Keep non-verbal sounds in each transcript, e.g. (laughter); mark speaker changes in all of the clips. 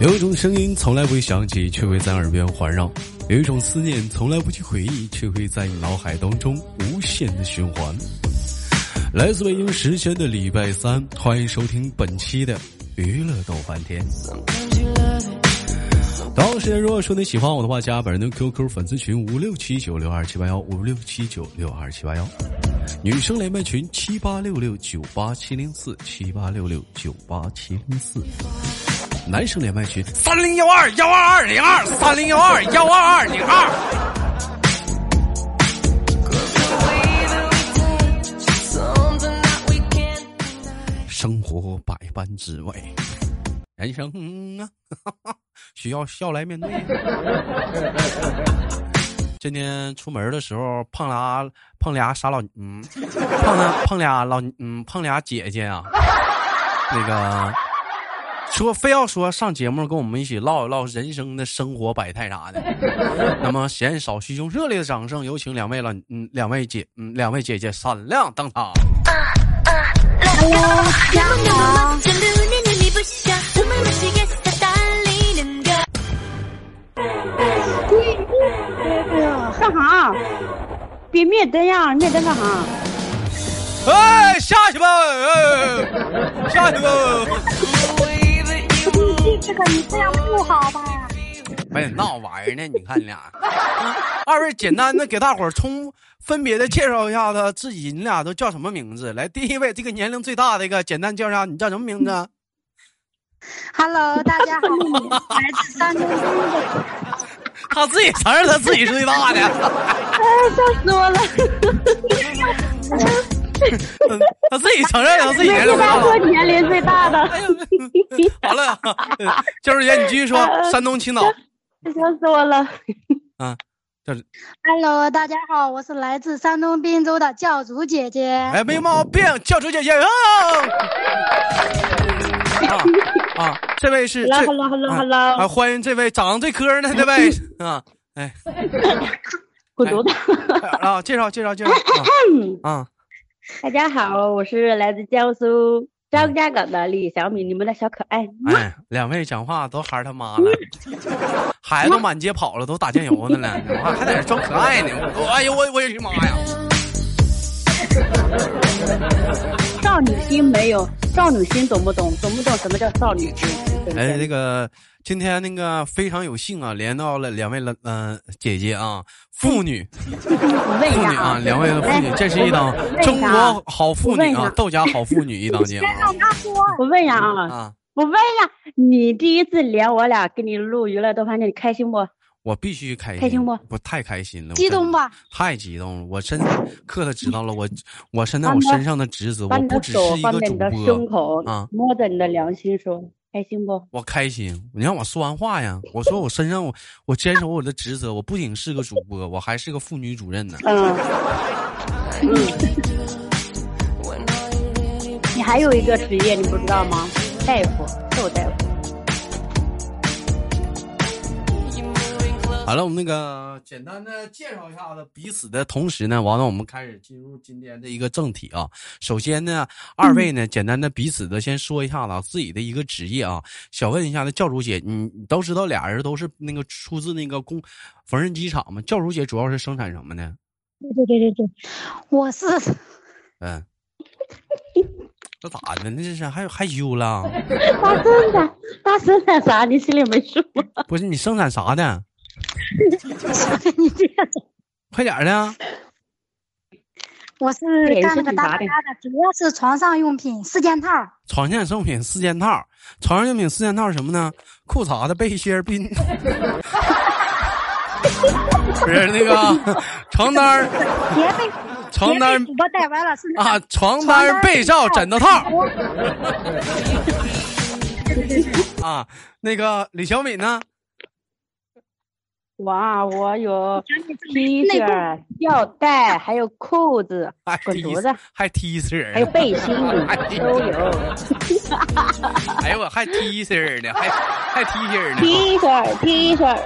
Speaker 1: 有一种声音从来不会响起，却会在耳边环绕；有一种思念从来不去回忆，却会在你脑海当中无限的循环。来自北京时间的礼拜三，欢迎收听本期的娱乐逗翻天。同样时间，如果说你喜欢我的话，加本人的 QQ 粉丝群五六七九六二七八幺五六七九六二七八幺，女生连麦群七八六六九八七零四七八六六九八七零四，男生连麦群
Speaker 2: 三零幺二幺二二零二三零幺二幺二二零二。
Speaker 1: 生活百般滋味，人生啊， (laughs) 需要笑来面对。 (laughs) 今天出门的时候碰俩碰俩傻老嗯，碰了碰俩老嗯碰俩姐姐啊，那个说非要说上节目跟我们一起唠一唠人生的生活百态啥的。那么嫌少叙用热烈的掌声，有请两位老嗯两位姐嗯两位姐姐闪亮登场。
Speaker 3: 哎呀，干啥？别灭灯呀！灭灯干啥？
Speaker 2: 哎，下去吧，哎，下去吧。
Speaker 3: 你这个你这样不好吧？
Speaker 1: 没有闹玩呢，你看你俩。二位简单的给大伙儿冲分别的介绍一下子自己，你俩都叫什么名字？来，第一位这个年龄最大的一个，简单介绍一下，你叫什么名字？
Speaker 4: Hello，大家好，来自山东东北，
Speaker 1: 他自己承认他自己是最大的，
Speaker 4: 笑死我了。
Speaker 1: 嗯他自己承认他自己
Speaker 3: 你
Speaker 1: 年
Speaker 3: 是
Speaker 1: 龄最
Speaker 3: 他
Speaker 1: 大
Speaker 3: 说。年龄最大
Speaker 1: (laughs)
Speaker 3: 的，
Speaker 1: 好了，嗯教授姐，你继续说，山东青岛，
Speaker 3: 笑死我了！
Speaker 4: Hello，大家好，我是来自山东滨州的教主姐姐。
Speaker 1: 哎，没毛病，教授姐姐啊。啊啊，这位是
Speaker 3: h
Speaker 1: 这
Speaker 3: e l l o h e l l o h e l l
Speaker 1: 啊，
Speaker 3: o
Speaker 1: 欢迎这位长得最磕碜的这
Speaker 3: (laughs)
Speaker 1: 位啊，哎。
Speaker 3: 滚犊子！
Speaker 1: 啊，介绍介绍介绍啊啊！
Speaker 3: 大家好，我是来自江苏张家港的李小米，你们的小可爱。
Speaker 1: 哎，两位讲话都孩儿他妈了，孩子满街跑了，都打酱油呢了，我还在这装可爱呢！我哎呦我我去妈呀！
Speaker 3: (laughs) 少女心没有，少女心懂不懂？懂不懂什么叫少女心？对不
Speaker 1: 哎，
Speaker 3: 对
Speaker 1: 那个今天那个非常有幸啊，连到了两位了嗯、姐姐啊，妇女
Speaker 3: 我问一
Speaker 1: 妇
Speaker 3: 下
Speaker 1: 女啊，两位妇女
Speaker 3: 哎，
Speaker 1: 这是一档
Speaker 3: 我问一下啊
Speaker 1: 中国好妇
Speaker 3: 我问
Speaker 1: 女
Speaker 3: 一
Speaker 1: 啊
Speaker 3: 下，
Speaker 1: 道家好妇女一档节目
Speaker 3: 我问一下啊，
Speaker 1: 啊！
Speaker 3: 我问一下，你第一次连我俩给你录娱乐豆瓣天，你开心不？
Speaker 1: 我必须开心，
Speaker 3: 开心不
Speaker 1: 我太开心了，
Speaker 4: 激动
Speaker 1: 吧。
Speaker 4: 吧？
Speaker 1: 太激动了，我真刻的知道了，我我现在
Speaker 3: 把
Speaker 1: 我
Speaker 3: 你的
Speaker 1: 身上的职责，
Speaker 3: 把
Speaker 1: 我
Speaker 3: 你
Speaker 1: 不
Speaker 3: 的
Speaker 1: 只
Speaker 3: 手
Speaker 1: 是一
Speaker 3: 放
Speaker 1: 个
Speaker 3: 在
Speaker 1: 主
Speaker 3: 你的胸
Speaker 1: 播，
Speaker 3: 口，
Speaker 1: 啊
Speaker 3: 摸着你的良心说，开心不？
Speaker 1: 我开心。你让我说完话呀，我说我身上我我坚守我的职责，我不仅是个主播，我还是个妇女主任呢。
Speaker 3: 嗯，嗯。你还有一个职业，你不知道吗？大夫，臭大夫。
Speaker 1: 好了，我们那个简单的介绍一下子彼此的同时呢，完了我们开始进入今天的一个正题啊。首先呢，二位呢，简单的彼此的先说一下子啊自己的一个职业啊，想问一下子教主姐，你你都知道俩人都是那个出自那个工缝纫机厂嘛？教主姐主要是生产什么呢？
Speaker 4: 对对对对对，我是 (laughs)
Speaker 1: 嗯，这咋的呢？这是还有害羞了？
Speaker 3: 他生产，他生产啥？你心里没数吗？
Speaker 1: 不是你生产啥的？
Speaker 4: 想跟你这样，
Speaker 1: 快点儿的！
Speaker 4: 我是
Speaker 3: 也是
Speaker 4: 干那个
Speaker 3: 挺
Speaker 4: 大
Speaker 3: 杂
Speaker 4: 白
Speaker 3: 的
Speaker 4: 鸭的，主要是床上用品四件套儿。
Speaker 1: 床上用品四件套，床上用品四件套是什么呢？裤衩子、背心儿、冰，不 (laughs) 是那个床单儿、
Speaker 4: 别被
Speaker 1: 床单
Speaker 4: 别被主播带歪了，是那个
Speaker 1: 啊，床
Speaker 4: 床
Speaker 1: 单
Speaker 4: 单
Speaker 1: 儿、被罩、枕头套啊。那个李小敏呢？
Speaker 3: 哇，我有 T
Speaker 4: 内裤
Speaker 3: 恤、吊带，还有裤子
Speaker 1: 还，
Speaker 3: 滚
Speaker 1: 哎踢
Speaker 3: 犊子，
Speaker 1: 还踢死人
Speaker 3: 还有
Speaker 1: 儿，
Speaker 3: 背心
Speaker 1: 哎
Speaker 3: 都有。
Speaker 1: (laughs) 哎呦我还踢死人儿呢，还还踢死人呢。
Speaker 3: T 恤、T 恤，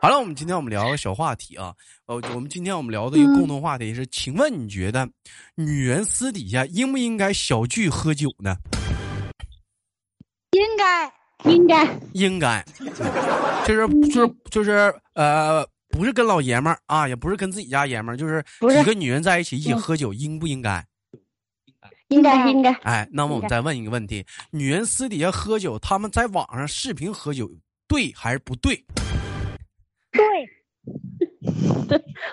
Speaker 1: 好了，我们今天我们聊个小话题啊，呃，我们今天我们聊的一个共同话题是，请问你觉得女人私底下应不应该小聚喝酒呢？
Speaker 4: 应该
Speaker 3: 应该
Speaker 1: 应该， (laughs) 就是就是就是呃，不是跟老爷们儿啊，也不是跟自己家爷们儿，就是
Speaker 3: 不是嗯
Speaker 1: 几个女人在一起一起喝酒，应不应该？
Speaker 3: 应该应该
Speaker 1: 哎，那么我
Speaker 3: 应
Speaker 1: 们
Speaker 3: 该
Speaker 1: 再问一个问题：女人私底下喝酒，她们在网上视频喝酒，对还是不对？
Speaker 3: 对，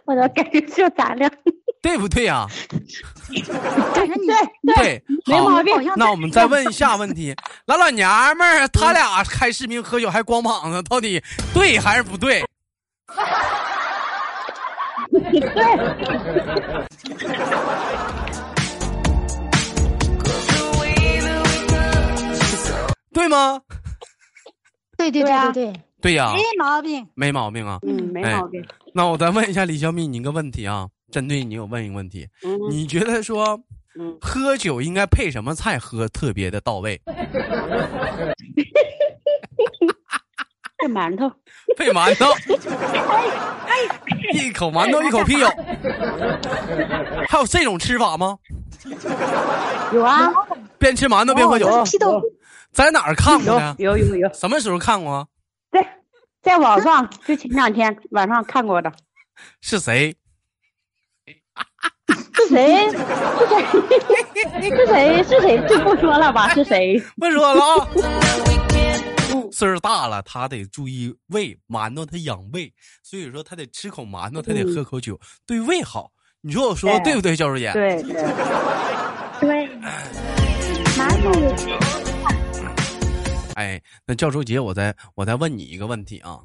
Speaker 3: 我都感觉就咱俩
Speaker 1: 对不对啊？
Speaker 4: 感觉你
Speaker 3: 对对，
Speaker 1: 对，
Speaker 3: 没
Speaker 1: 好
Speaker 3: 毛病
Speaker 4: 好像
Speaker 1: 那我们再问下问题：老老娘们儿，
Speaker 3: 嗯
Speaker 1: 他俩开视频喝酒还光膀子，到底对还是不对？对吗？
Speaker 5: 对对
Speaker 3: 对啊
Speaker 5: 对对对，
Speaker 1: 对呀、
Speaker 4: 没毛病，
Speaker 1: 没毛病啊。
Speaker 3: 嗯，没
Speaker 1: 哎
Speaker 3: 毛病。
Speaker 1: 那我再问一下李小敏，你一个问题啊，针对你我问一个问题，
Speaker 3: 嗯
Speaker 1: 你觉得说
Speaker 3: 嗯，
Speaker 1: 喝酒应该配什么菜喝特别的到位？
Speaker 3: 这馒头，
Speaker 1: 配馒头，一口馒头一口啤酒，还有这种吃法吗？
Speaker 3: 有啊，
Speaker 1: 边吃馒头边喝酒，
Speaker 5: 批斗
Speaker 1: 在哪儿看过呢？
Speaker 3: 有有有有，
Speaker 1: 什么时候看过？
Speaker 3: 在在网上就前两天晚上看过的，
Speaker 1: 是谁？
Speaker 3: 是谁？是谁？ (laughs) 是谁？是谁？就不说了吧，是谁？
Speaker 1: 不说了啊。岁数大了，他得注意胃，馒头他养胃，所以说他得吃口馒头，他得喝口酒，对胃好。你说我说的
Speaker 3: 对
Speaker 1: 对不对，教授姐？
Speaker 3: 对对，
Speaker 4: 对，哪有
Speaker 1: 哎，那教授姐，我再我再问你一个问题啊，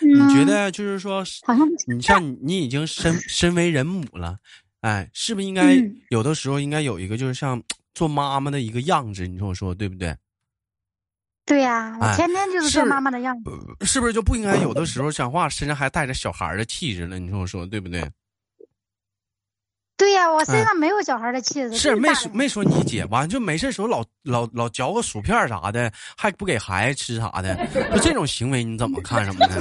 Speaker 4: 你
Speaker 1: 你觉得就是说，
Speaker 4: 嗯好像
Speaker 1: 你像你你已经身身为人母了，哎，是不是应该、
Speaker 4: 嗯
Speaker 1: 有的时候应该有一个就是像做妈妈的一个样子？你说我说对不对？
Speaker 4: 对呀，我
Speaker 1: 哎
Speaker 4: 天天就是
Speaker 1: 是
Speaker 4: 做妈妈的样子，
Speaker 1: 是不是就不应该有的时候讲话身上还带着小孩儿的气质呢？你说我说对不对？
Speaker 4: 对呀，我
Speaker 1: 哎
Speaker 4: 身上没有小孩的气质，
Speaker 1: 是
Speaker 4: 真
Speaker 1: 没
Speaker 4: 大
Speaker 1: 说
Speaker 4: 人
Speaker 1: 没说你姐，完就没事时候老老老嚼个薯片儿啥的，还不给孩子吃啥的，就这种行为你怎么看什么的？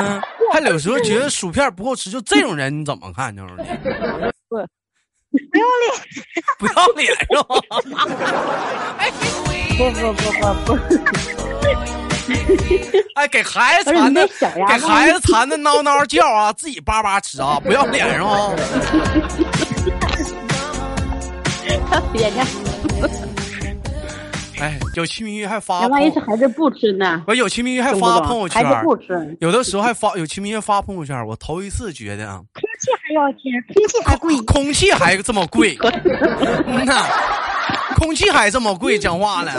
Speaker 3: (laughs)
Speaker 1: 嗯，还有时候觉得薯片儿不够吃，就这种人你怎么看？就是你
Speaker 4: 不用脸。
Speaker 3: (laughs)
Speaker 1: 不要脸是吧？ (laughs)
Speaker 3: 不不不不不，
Speaker 1: 哎，给孩子
Speaker 3: 不是
Speaker 1: 馋
Speaker 3: 你
Speaker 1: 的，
Speaker 3: 那小
Speaker 1: 给
Speaker 3: 牙
Speaker 1: 孩子馋的嗷嗷叫啊，自己叭叭吃啊，不要脸是吧？ (laughs)
Speaker 3: 别的，
Speaker 1: 哎，有其名还发
Speaker 3: 那
Speaker 1: 朋
Speaker 3: 万一
Speaker 1: 友
Speaker 3: 是，孩子不吃呢？
Speaker 1: 我有其名还
Speaker 3: 懂不
Speaker 1: 发
Speaker 3: 懂
Speaker 1: 朋友圈
Speaker 3: 孩
Speaker 1: 儿
Speaker 3: 子，不吃，
Speaker 1: 有的时候还发有其名发朋友圈儿，我头一次觉得啊。
Speaker 4: 空气还要钱，空气还贵，
Speaker 1: 空气还这么
Speaker 3: (laughs)
Speaker 1: 贵，嗯呐，空气还这么贵，讲话了，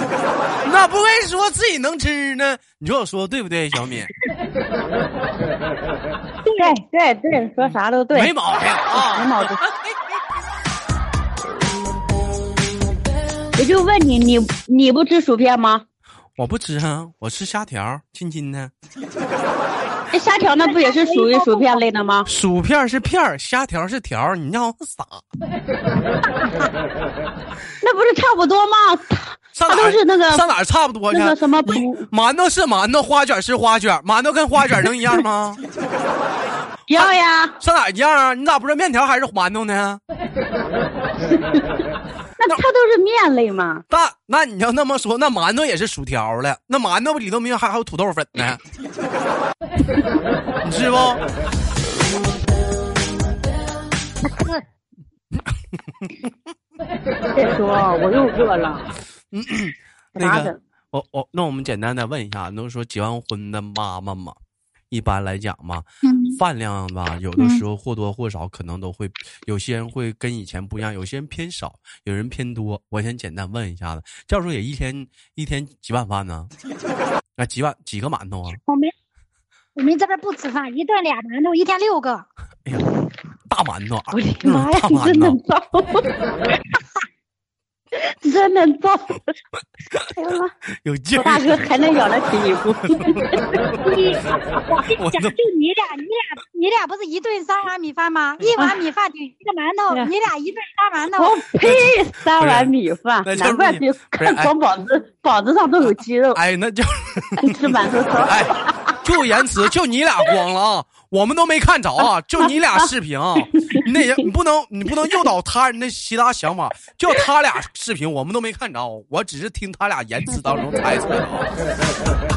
Speaker 1: 那不会说自己能吃呢？你说我说对不对，小敏？
Speaker 3: 对对对，说啥都对，
Speaker 1: 没毛病啊，
Speaker 3: 没毛病。我就问你，你你不吃薯片吗？
Speaker 1: 我不吃啊，我吃虾条，亲亲的。
Speaker 3: 这虾条那不也是属于薯片类的吗？
Speaker 1: 薯片是片儿，虾条是条儿，你让我傻。
Speaker 3: 那不是差不多吗？
Speaker 1: 上哪
Speaker 3: 它
Speaker 1: 儿
Speaker 3: 啊都是那个
Speaker 1: 上哪儿差不多去？
Speaker 3: 那个什么不
Speaker 1: 馒头是馒头，花卷是花卷，馒头跟花卷能一样吗？
Speaker 3: 一样呀，
Speaker 1: 上哪儿一样啊？你咋不知道面条还是馒头呢？
Speaker 3: 那它都是面类嘛。
Speaker 1: 那那你要那么说，那馒头也是薯条了。那馒头里头明明还还有土豆粉
Speaker 3: (laughs)
Speaker 1: 呢，你吃不？
Speaker 3: 再说我又饿了，
Speaker 1: 那
Speaker 3: 啥
Speaker 1: 个嗯
Speaker 3: 的，
Speaker 1: 我我那我们简单的问一下，都说结完婚的妈妈嘛，一般来讲嘛，
Speaker 4: 嗯，
Speaker 1: 饭量吧，有
Speaker 3: 嗯
Speaker 1: 的时候或多或少可能都会，有些人会跟以前不一样，有些人偏少，有人偏多。我先简单问一下子，教授也一天一天几碗饭呢？啊，几碗几个馒头啊？
Speaker 4: 我们我们这边不吃饭，一顿俩馒头，一天六个，
Speaker 1: 哎呀，大馒头，啊嗯
Speaker 3: 我的妈呀
Speaker 1: 大，
Speaker 3: 你真
Speaker 1: 馒头
Speaker 3: 能。造，真能造， (laughs)
Speaker 4: 哎呦我，
Speaker 1: 有劲
Speaker 3: 我
Speaker 1: 儿。
Speaker 3: 大哥还能养得起你不？
Speaker 4: 你 (laughs) 我跟你讲，就你俩，你俩你俩不是一顿三碗米饭吗？一碗米饭顶一个馒头，你俩一顿仨馒头，
Speaker 3: 哎我呸！三碗米饭
Speaker 1: 那，就是
Speaker 3: 难怪就 (laughs)
Speaker 1: 不是哎啊
Speaker 3: 看光膀子膀子上都有肌肉，
Speaker 1: 哎，那就
Speaker 3: 吃馒头
Speaker 1: 哎，别有言辞，就你俩光了啊！我们都没看着啊，就你俩视频啊！你那人你不能你不能诱导他人的其他想法，就他俩视频我们都没看着，我只是听他俩言辞当中猜测的啊。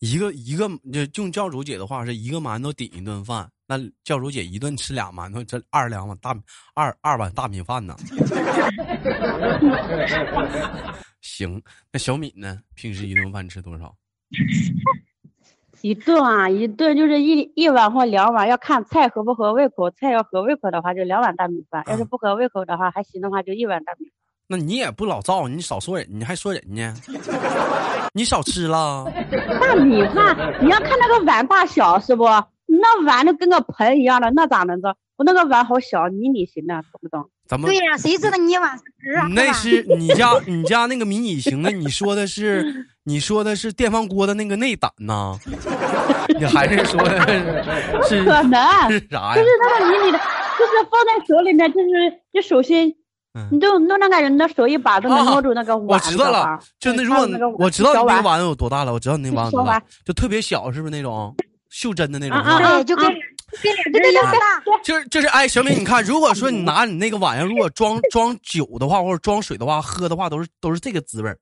Speaker 1: 一个一个，用教主姐的话是一个馒头顶一顿饭。那教主姐一顿吃俩馒头，这二两碗大二二碗大米饭呢。 (laughs) 行，那小敏呢？平时一顿饭吃多少？
Speaker 3: 一顿啊，一顿就是一一碗或两碗，要看菜合不合胃口。菜要合胃口的话，就两碗大米饭；要是不合胃口的话，还行的话，就一碗大米。
Speaker 1: (laughs) 那你也不老造，你少说人，你还说人家， (laughs) 你少吃了。
Speaker 3: 大米饭，你要看那个碗大小是不？那碗都跟个盆一样的，那咋能着？我那个碗好小，迷你型的，懂不懂？
Speaker 1: 怎么？
Speaker 4: 对呀、啊，谁知道你碗是直啊？
Speaker 1: 那是你家你家那个迷你型的，你说的是你说的是电饭锅的那个内胆呐？ (laughs) 你还是说的
Speaker 3: (laughs)
Speaker 1: 是
Speaker 3: 可能啊
Speaker 1: 是哎啥呀？
Speaker 3: 就是那个迷你的，就是放在手里面，就是就首先。你就弄那个人的手一把都能摸住那个碗、
Speaker 1: 嗯啊。我知道了，就那如果我知道你那个碗有多大了，我知道你那碗多大，就特别小，是不是那种袖珍的那种？
Speaker 4: 啊对，就跟跟跟这样大。
Speaker 1: 就是就是哎，小敏，你看，如果说你拿你那个碗，如果装装酒的话，或者装水的话，喝的话，都是都是这个滋味儿。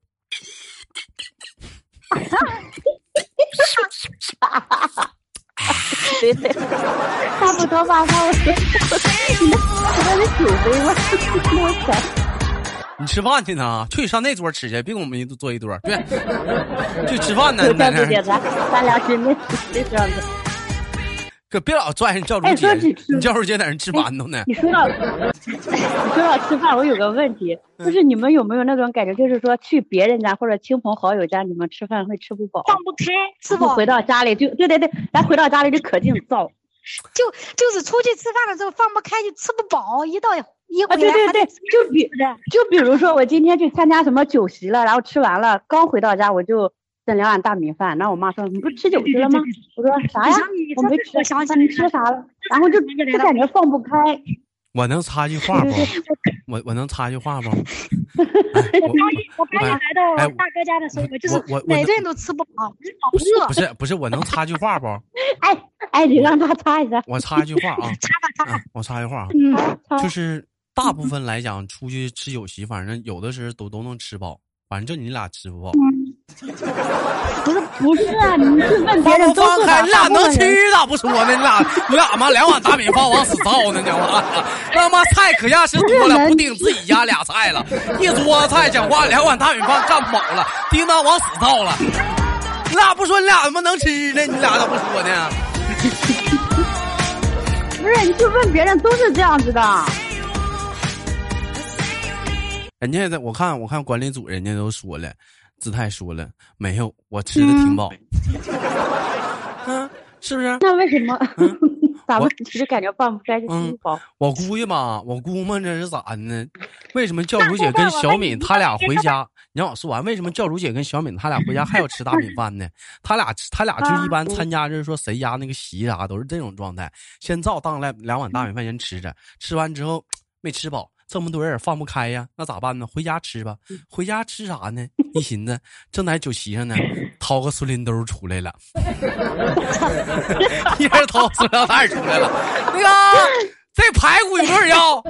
Speaker 3: 对对，差不多吧，差不多。我的酒杯 (laughs) 我我操！
Speaker 1: 你吃饭去呢？去上那桌吃去，别跟我们坐一桌。对，去吃饭呢。
Speaker 3: 教主姐，咱咱俩真 (laughs) 的这样子。
Speaker 1: 可别老拽人教主姐，你教主姐在那吃馒头呢。
Speaker 3: (laughs) 你说到，你说到吃饭，我有个问题，
Speaker 1: 嗯
Speaker 3: 就是你们有没有那种感觉，就是说去别人家或者亲朋好友家，你们吃饭会吃不饱，
Speaker 4: 放不开，是不？
Speaker 3: 回到家里就对对对，咱回到家里就可劲造，
Speaker 4: 就就是出去吃饭的时候放不开，就吃不饱，一到。一回来、
Speaker 3: 对
Speaker 4: 啊、
Speaker 3: 对对，就比就比如说我今天去参加什么酒席了，然后吃完了，刚回到家我就。整两碗大米饭，然后我妈说：“你不吃酒去了吗？”我说：“啥呀？我没吃。”
Speaker 4: 想
Speaker 3: 想你吃啥了？然后就就感觉放不开。
Speaker 1: 我能插句话不？我我能插句话不？哎
Speaker 4: 我刚我刚一来到大哥家的时候，哎我就是哪顿都吃不饱，
Speaker 1: 不是不是不是，我能插句话不？
Speaker 3: 哎哎，你让他插一下。
Speaker 1: 我插一句话啊！
Speaker 4: 插吧插。
Speaker 1: 我插一句话啊，就是大部分来讲，出去吃酒席，反正有的时候都都能吃饱，反正就你俩吃不饱。
Speaker 3: 不是不是、啊，你是问别人
Speaker 1: 放开，你俩能吃咋不说呢？你俩你俩妈两碗大米饭往死造呢，你妈他妈菜可下是多了，不顶自己家俩菜了，一桌子菜讲话，两碗大米饭干饱了，叮当往死造了。你俩不说你俩他妈能吃呢？你俩咋不说呢？
Speaker 3: 不是，你去问别人都是这样子的。
Speaker 1: 人家在我看我看管理组人家都说了。姿态说了没有？我吃的挺饱， (laughs) 嗯、啊，是不是？
Speaker 3: 那为什么、嗯、 (laughs) 咱们只是感觉放不开就吃不饱、嗯？
Speaker 1: 我估计吧，我估摸着是咋的呢？为什么教主姐跟小敏她俩回家？你让我说完，为什么教主姐跟小敏她俩回家还要吃大米饭呢？她俩她俩就一般参加就是说谁家那个席啥、啊、都是这种状态，先造当来两碗大米饭先吃着，吃完之后没吃饱。这么多人放不开呀，那咋办呢？回家吃吧。回家吃啥呢？一寻思，正在酒席上呢，掏个孙林兜出来了， (laughs) 一人掏塑料袋出来了。那个，这排骨有没有人
Speaker 3: (laughs)
Speaker 1: 要？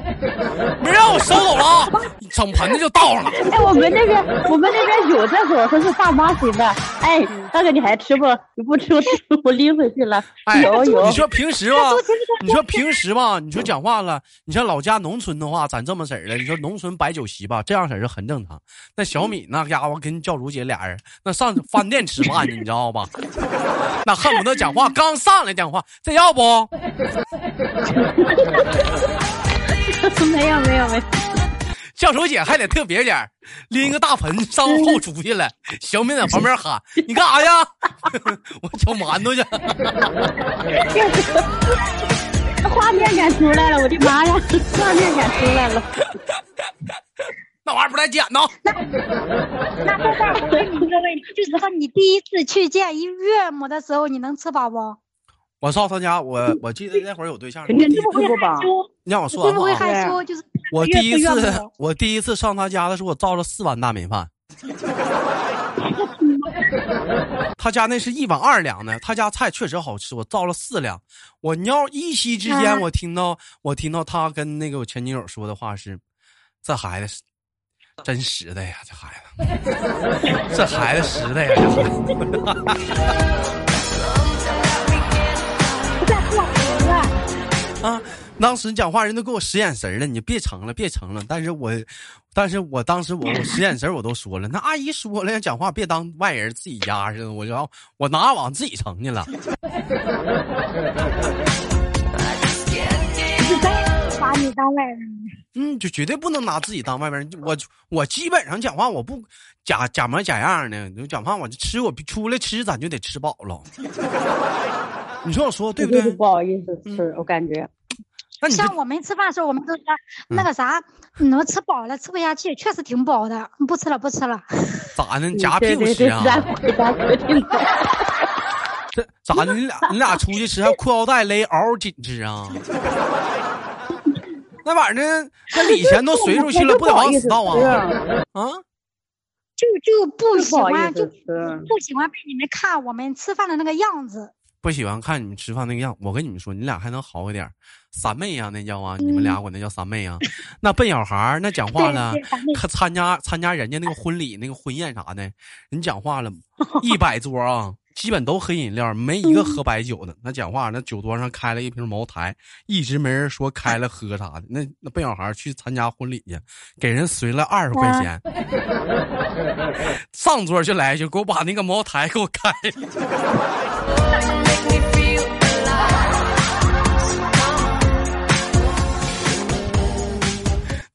Speaker 1: 没让我收走了啊！整盆子就倒上了。
Speaker 3: 哎，我们那边，我们那边有这种，说是大妈型的。哎，大哥，你还吃不？你不吃，我我拎回去了。
Speaker 1: 哎，
Speaker 3: 有有。
Speaker 1: 你说平时吧，你说平时吧，你说讲话了，你像老家农村的话，咱这么式儿的，你说农村摆酒席吧，这样式儿是很正常。那小米那家伙跟教主姐俩人，那上饭店吃饭去，你知道吧？ (laughs) 那恨不得讲话，刚上来讲话，这要不？
Speaker 3: 没有没有没有。”
Speaker 1: 教主姐还得特别点拎个大盆上后厨去了。小敏在旁边喊：“你干啥去？ (laughs) 我炒馒头去。
Speaker 3: 画面感出来了，我的妈呀！画面感出来了。
Speaker 1: 那玩意儿不带剪呢。
Speaker 4: 那那豆豆，我问你一个问题，就是说你第一次去见一岳母的时候，你能吃饱不？
Speaker 1: 我上他家，我我记得那会儿有对象。
Speaker 3: 你吃不饱？
Speaker 1: 你让我说完啊
Speaker 4: 会不会害羞？就是。
Speaker 1: 我第一次，我第一次上他家的时候，我造了四碗大米饭。他家那是一碗二两的，他家菜确实好吃，我造了四两。我尿一夕之间，我听到我听到他跟那个我前女友说的话是：这孩子是真实在呀，这孩子，这孩子实在呀。这孩子
Speaker 4: 不再过时了。
Speaker 1: 啊，当时讲话人都给我使眼神了，你别成了，别成了。但是我，但是我当时我我使眼神我都说了，那阿姨说了，讲话别当外人，自己家似的。我就我拿往自己成去了。
Speaker 4: 是真把你当外人。
Speaker 1: 嗯，就绝对不能拿自己当外边人。我我基本上讲话我不假假模假样的，就讲话我就吃我出来吃咱就得吃饱了。 (laughs) 你说我说对不
Speaker 3: 就
Speaker 1: 对
Speaker 3: 是？不好意思
Speaker 4: 嗯
Speaker 3: 吃，我感觉
Speaker 1: 那你就
Speaker 4: 像我们吃饭的时候，我们都说那个啥，你能吃饱了，吃不下去，确实挺饱的，不吃了，不吃了。
Speaker 1: 咋呢？夹屁
Speaker 3: 嗯对
Speaker 1: 股
Speaker 3: 对
Speaker 1: 吃
Speaker 3: 对，
Speaker 1: 啊？
Speaker 3: 咱回答
Speaker 1: (laughs)
Speaker 3: 客厅的，
Speaker 1: 这咋的？你俩你俩出去吃还裤腰带勒嗷紧致啊？那玩意儿呢那礼钱都随出
Speaker 3: (laughs)
Speaker 1: 去了，
Speaker 3: 我
Speaker 1: 不得
Speaker 3: 好
Speaker 1: 往
Speaker 3: 意
Speaker 1: 死
Speaker 3: 思
Speaker 1: 倒啊？
Speaker 3: 吃，
Speaker 1: 啊！
Speaker 4: 就就不喜
Speaker 3: 不好意
Speaker 4: 欢，
Speaker 3: 思
Speaker 4: 就
Speaker 3: 吃，
Speaker 4: 不喜欢被你们看我们吃饭的那个样子。
Speaker 1: 不喜欢看你们吃饭那个样，我跟你们说，你俩还能好一点儿，三妹呀、那叫啊，你们俩管那叫三妹啊，那笨小孩儿那讲话了
Speaker 4: 对对三妹，
Speaker 1: 看参加参加人家那个婚礼、那个婚宴啥的，人讲话了，一百桌啊，基本都喝饮料，没一个喝白酒的。那讲话，那酒桌上开了一瓶茅台，一直没人说开了喝啥的。那那笨小孩儿去参加婚礼去，给人随了二十块钱，上桌就来一句，给我把那个茅台给我开 (laughs) 了。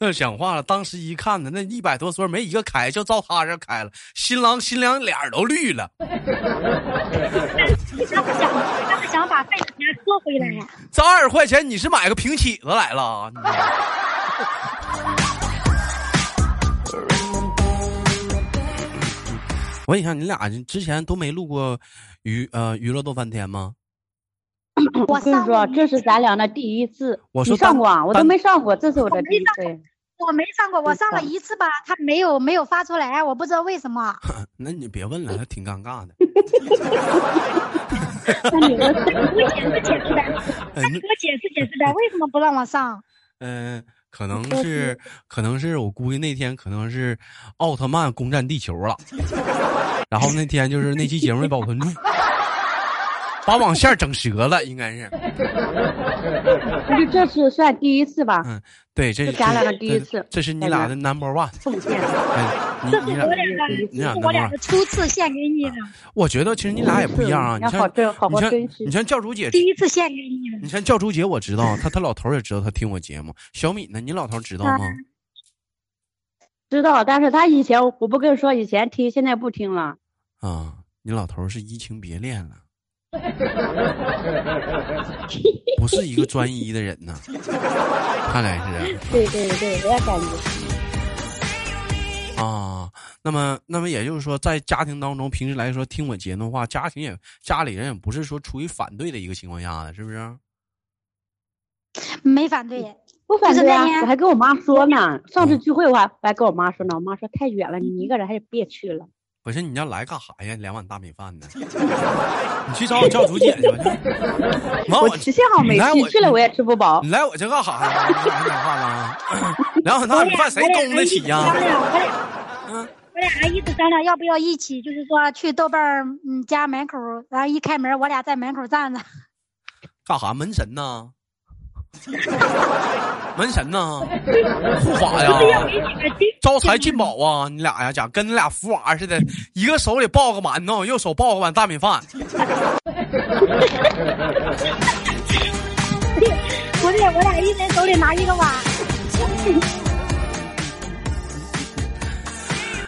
Speaker 1: 那讲话了，当时一看呢，那一百多桌没一个开，就照他这开了。新郎新娘脸儿都绿了，
Speaker 4: 他不想，他不想把饭钱喝回来呀。
Speaker 1: 这二十块钱你是买个平起子来了啊？你我问一下，你俩之前都没录过娱呃娱乐逗翻天吗？ (laughs)
Speaker 4: 我
Speaker 3: 嗯我跟你
Speaker 4: 上
Speaker 3: 说，啊
Speaker 4: 过
Speaker 3: 这是咱俩的第一次，
Speaker 1: 我说
Speaker 3: 你上
Speaker 1: 当
Speaker 3: 过啊？我都
Speaker 1: 当
Speaker 3: 没上过，这是我的
Speaker 4: 我
Speaker 3: 第一
Speaker 4: 没上
Speaker 3: 次。
Speaker 4: 我没上过，我上
Speaker 1: 啊
Speaker 4: 了
Speaker 3: 嗯
Speaker 4: 一次吧，他没有没有发出来，我不知道为
Speaker 1: (laughs)
Speaker 4: 什么。
Speaker 1: 那你别问了，还挺尴尬的。
Speaker 4: 那你们再给我解释解释呗，
Speaker 1: 呃
Speaker 4: 再给我解释解释呗，为什么不让我上？
Speaker 1: 嗯、可能是，可能是我估计那天可能是奥特曼攻占地球了， (laughs) 然后那天就是那期节目没保存住， (laughs) 把网线整折了，应该是。
Speaker 3: 那就这是算第一次吧，
Speaker 1: 嗯，对，这
Speaker 3: 这
Speaker 1: 是
Speaker 3: 咱俩
Speaker 1: 这
Speaker 3: 的第一
Speaker 1: 这
Speaker 3: 次
Speaker 1: 这是你
Speaker 3: 感
Speaker 1: 俩
Speaker 3: 觉
Speaker 1: 的 number one。
Speaker 3: 奉献。
Speaker 1: 哎，
Speaker 3: (laughs)
Speaker 4: 这
Speaker 1: (laughs)
Speaker 4: 是
Speaker 1: 你你俩
Speaker 4: 我，俩的，
Speaker 1: 你俩
Speaker 4: 这是
Speaker 1: 能
Speaker 4: 我
Speaker 1: 不
Speaker 4: 俩
Speaker 1: 能
Speaker 4: 的初次献给
Speaker 1: 哎
Speaker 4: 你的，
Speaker 1: 我觉得其实你俩也不一样啊。
Speaker 3: 是
Speaker 1: 你
Speaker 3: 嗯要好
Speaker 1: 像，
Speaker 3: 珍好
Speaker 1: 你
Speaker 3: 好
Speaker 1: 像
Speaker 3: 珍，惜
Speaker 1: 你。像教主姐，
Speaker 4: (laughs) 第一次献给你的。
Speaker 1: 你像教主姐，我知道她，她老头儿也知道她听我节目。小米呢？你老头儿知道吗？
Speaker 3: 知道，但是他以前我不跟你说，以前听，现在不听了。
Speaker 1: 啊，你老头儿是移情别恋
Speaker 3: (laughs)
Speaker 1: 了，不是一个专一的人呐。看来是。
Speaker 3: 对对对，我也感觉。
Speaker 1: 啊，那么，那么也就是说，在家庭当中，平时来说听我节目的话，家庭也家里人也不是说出于反对的一个情况下的，是不是？哎
Speaker 4: 没反对，
Speaker 3: 不反
Speaker 4: 就是
Speaker 3: 正
Speaker 4: 那
Speaker 3: 啊
Speaker 4: 天，
Speaker 3: 我还跟我妈说呢。上次聚会我还我还跟我妈说呢，我妈说太远了，你一个人还是别去了。
Speaker 1: 不是你要来干啥呀？两碗大米饭呢？ (laughs) 你去找我教主姐去吧。去完
Speaker 3: 我
Speaker 1: 我
Speaker 3: 幸好没
Speaker 1: 你来
Speaker 3: 去，
Speaker 1: 我
Speaker 3: 去了我也吃不饱
Speaker 1: 你。来我这干啥呀？两碗大米饭了，两碗大米饭谁供得起
Speaker 4: 我
Speaker 1: 呀？
Speaker 4: 俩我俩
Speaker 1: 嗯，
Speaker 4: 我俩还一直商量要不要一起，就是说去豆瓣儿嗯家门口儿，然后一开门，我俩在门口站着。
Speaker 1: 干啥门神呐？门神呐？护法呀？招财进宝啊！你俩呀，讲跟你俩福娃似的，一个手里抱个馒头，右手抱个碗大米饭。
Speaker 4: 不是，我俩一人手里拿一个碗。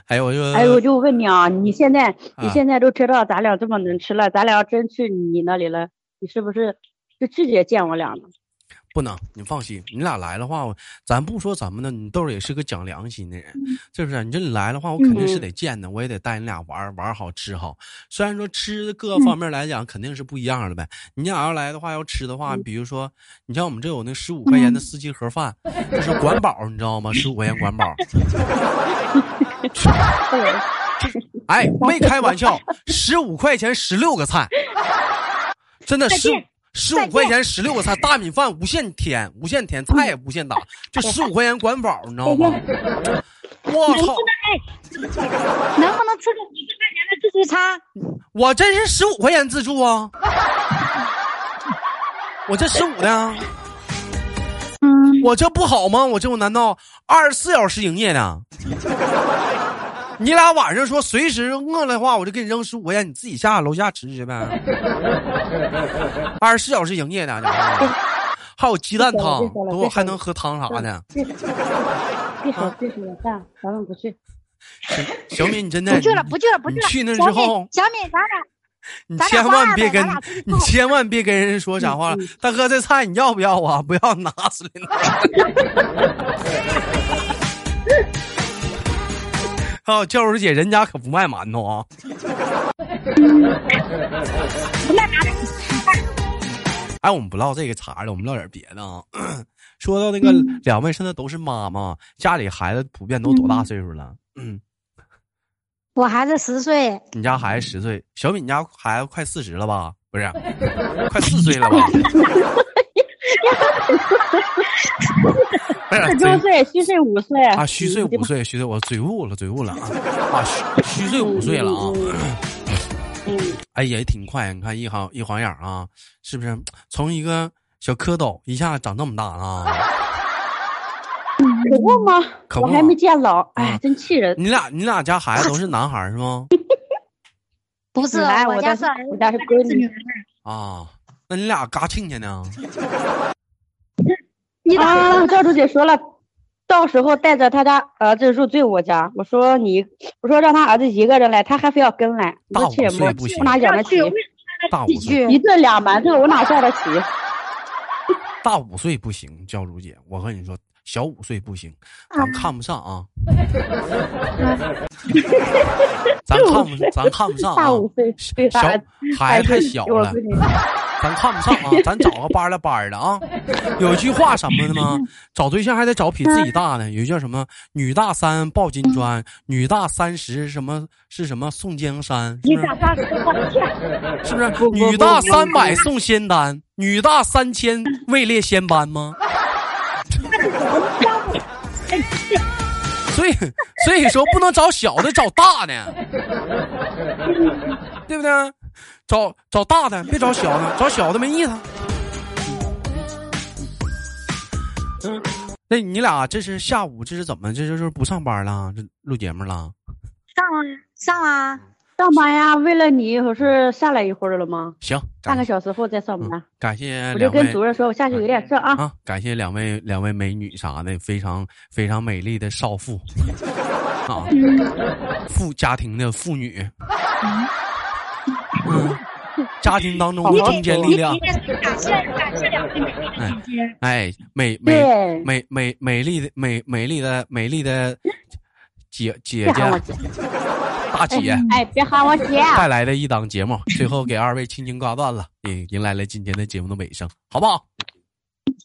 Speaker 1: 哎呦我就
Speaker 3: 哎，我就问你啊，你现在
Speaker 1: 啊
Speaker 3: 你现在都知道咱俩这么能吃了，咱俩要真去你那里了，你是不是就拒绝见我俩了？
Speaker 1: 不能，你放心，你俩来的话，我咱不说咱们的，你豆儿也是个讲良心的人，是不是？你这你来的话，我肯定是得见的，我也得带你俩玩儿玩儿好吃好。虽然说吃的各方面来讲肯定是不一样的呗，你俩要来的话，要吃的
Speaker 3: 嗯
Speaker 1: 话，比如说，你像我们这有那十五块钱的司机盒饭，就是管饱，你知道吗？十五块钱管饱。
Speaker 3: 对，
Speaker 1: 哎，没开玩笑，十五块钱十六个菜，真的
Speaker 4: 再
Speaker 1: 十
Speaker 4: 见嗯
Speaker 1: 十五块钱十六个菜，大米饭无限添，无限添，菜也无限打，就十五块钱管饱，你知道吗？我
Speaker 4: 能不
Speaker 1: 操
Speaker 4: 能！哎，能不能吃个五十块钱的自助餐？
Speaker 1: 我这是十五块钱自助
Speaker 4: (laughs)
Speaker 1: 啊，我这十五呢，
Speaker 4: 嗯，
Speaker 1: 我这不好吗？我这我难道二十四小时营业呢？你俩晚上说随时饿了的话，我就给你扔十五块钱，你自己下楼下吃去呗。二十四小时营业呢，你们还有鸡蛋汤，等我还能喝汤啥的。
Speaker 3: 别说
Speaker 1: 啊
Speaker 3: 别说了，算了，咱们不去。
Speaker 1: 小米，你真的
Speaker 4: 不去了，不去了，不去
Speaker 1: 你
Speaker 4: 了。
Speaker 1: 去那
Speaker 4: 小
Speaker 1: 之
Speaker 4: 米
Speaker 1: 后，
Speaker 4: 小米，咱俩
Speaker 1: 你
Speaker 4: 咱俩
Speaker 1: 千
Speaker 4: 花
Speaker 1: 万
Speaker 4: 二
Speaker 1: 别
Speaker 4: 百
Speaker 1: 跟
Speaker 4: 咱俩嗯出去
Speaker 1: 你
Speaker 4: 凑合
Speaker 1: 千万别跟人说啥话了，大哥这菜你要不要啊？ (laughs) 不要拿出
Speaker 4: (laughs)
Speaker 1: 来拿。啊，教主姐，人家可不卖馒头啊！
Speaker 4: 不卖啥的。
Speaker 1: 哎，我们不唠这个茬了，我们唠点别的啊。 (clears throat) 说到那个，
Speaker 4: 嗯
Speaker 1: 两位现在都是妈妈，家里孩子普遍都多大岁数了？嗯，
Speaker 4: 我孩子十岁，
Speaker 1: 你家孩子十岁，小敏家孩子快四十了吧？不是，快四岁
Speaker 3: (laughs)
Speaker 1: 了吧？不是嘴
Speaker 3: 四周岁，虚岁五岁
Speaker 1: 哎啊，虚岁五岁，虚岁，我嘴误了，嘴误了啊啊，虚虚岁五岁了啊！
Speaker 3: 嗯
Speaker 1: 哎呀，也挺快，你看一行一晃眼儿啊，是不是？从一个小蝌蚪一下长这么大了
Speaker 3: (laughs)
Speaker 1: 啊！
Speaker 3: 可不吗？
Speaker 1: 可不
Speaker 3: 我
Speaker 1: 嘛
Speaker 3: 还没见老，哎
Speaker 1: 嗯，
Speaker 3: 真气人。
Speaker 1: 你俩你俩家孩子都是男孩儿是吗？
Speaker 4: 不是
Speaker 3: 来我家
Speaker 4: 家是
Speaker 3: 是
Speaker 4: 儿子，
Speaker 3: 我家是闺
Speaker 4: 是
Speaker 3: 女
Speaker 4: 女儿。
Speaker 1: 啊，那你俩嘎亲家呢？
Speaker 4: 你咋知道
Speaker 3: 啊，
Speaker 4: 呢？
Speaker 3: 教主姐说了，到时候带着他家儿子入赘我家。我说你，我说让他儿子一个人来，他还非要跟来，你
Speaker 1: 大
Speaker 3: 说
Speaker 1: 五
Speaker 3: 气人
Speaker 1: 岁不行
Speaker 3: 我哪养得起？
Speaker 4: 我为什么让
Speaker 1: 大
Speaker 4: 他
Speaker 1: 五
Speaker 4: 自己
Speaker 1: 岁
Speaker 4: 去？
Speaker 3: 一顿两馒头，我哪下得起？
Speaker 1: 大五岁不行，教主姐，我和你说，小五岁不行，咱看不上 (laughs) 啊，咱看不咱看不上啊
Speaker 3: 大，五岁对
Speaker 1: 小
Speaker 3: 他儿子
Speaker 1: 孩子太小
Speaker 3: 我
Speaker 1: 了
Speaker 3: 闺。女
Speaker 1: 咱看不上啊，咱找个班儿的班儿的啊。有句话什么的吗？找对象还得找比自己大的。有一句叫什么“女大三抱金砖，女大三十什么是什么送江山”，
Speaker 4: 你
Speaker 1: 是不
Speaker 4: 咋发誓？我的天！
Speaker 1: 是？是不是？女大三百送仙丹，女大三千位列仙班 (laughs) 吗？所以，所以说不能找小的，找大的，对不对？找找大的，别找小的，找小的没意思。嗯，那你俩这是下午这是怎么？这就是不上班了，这录节目了？
Speaker 4: (laughs) 上啊上啊！
Speaker 3: 上班呀，为了你，我是下来一会儿了吗？
Speaker 1: 行，
Speaker 3: 半个
Speaker 1: 感
Speaker 3: 小时后再上
Speaker 1: 嗯
Speaker 3: 班。
Speaker 1: 感谢
Speaker 3: 我就
Speaker 1: 两
Speaker 3: 跟
Speaker 1: 位
Speaker 3: 主任说，我下去有点事儿啊。
Speaker 1: 啊，感谢两位两位美女啥的，非常非常美丽的少妇啊，妇家庭的妇女，嗯，家庭当中
Speaker 3: 好
Speaker 1: 的
Speaker 3: 好
Speaker 1: 中坚
Speaker 3: 说
Speaker 1: 力
Speaker 4: 你
Speaker 1: 量
Speaker 4: 你，感谢感谢两位美丽的姐姐，
Speaker 1: 哎，美美
Speaker 3: 对，
Speaker 1: 美美美丽的美美丽的美丽的姐姐
Speaker 3: 别
Speaker 1: 姐
Speaker 3: 喊我姐，
Speaker 1: 大姐
Speaker 3: 哎，别喊我姐。
Speaker 1: 带来的一档节目，最后给二位轻轻挂断了，也迎来了今天的节目的尾声，好不好？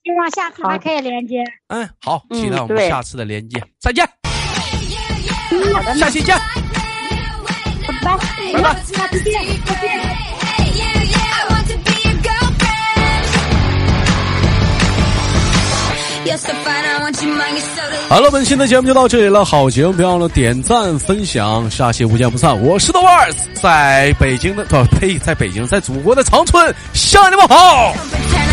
Speaker 4: 希望下次还可以连接。
Speaker 1: 嗯，好，期
Speaker 3: 嗯
Speaker 1: 待我们
Speaker 3: 对嗯
Speaker 1: 下次的连接，再见，下期见。
Speaker 4: 拜拜，下次见，再见。
Speaker 5: You're so fine, I want you mine, you're so delicious.
Speaker 1: 好了，本期的节目就到这里了。好节目，别忘了点赞分享，下期不见不散。我是豆瓣儿，在北京的，哦呸，在北京，在祖国的长春，向你们好。
Speaker 5: Don't pretend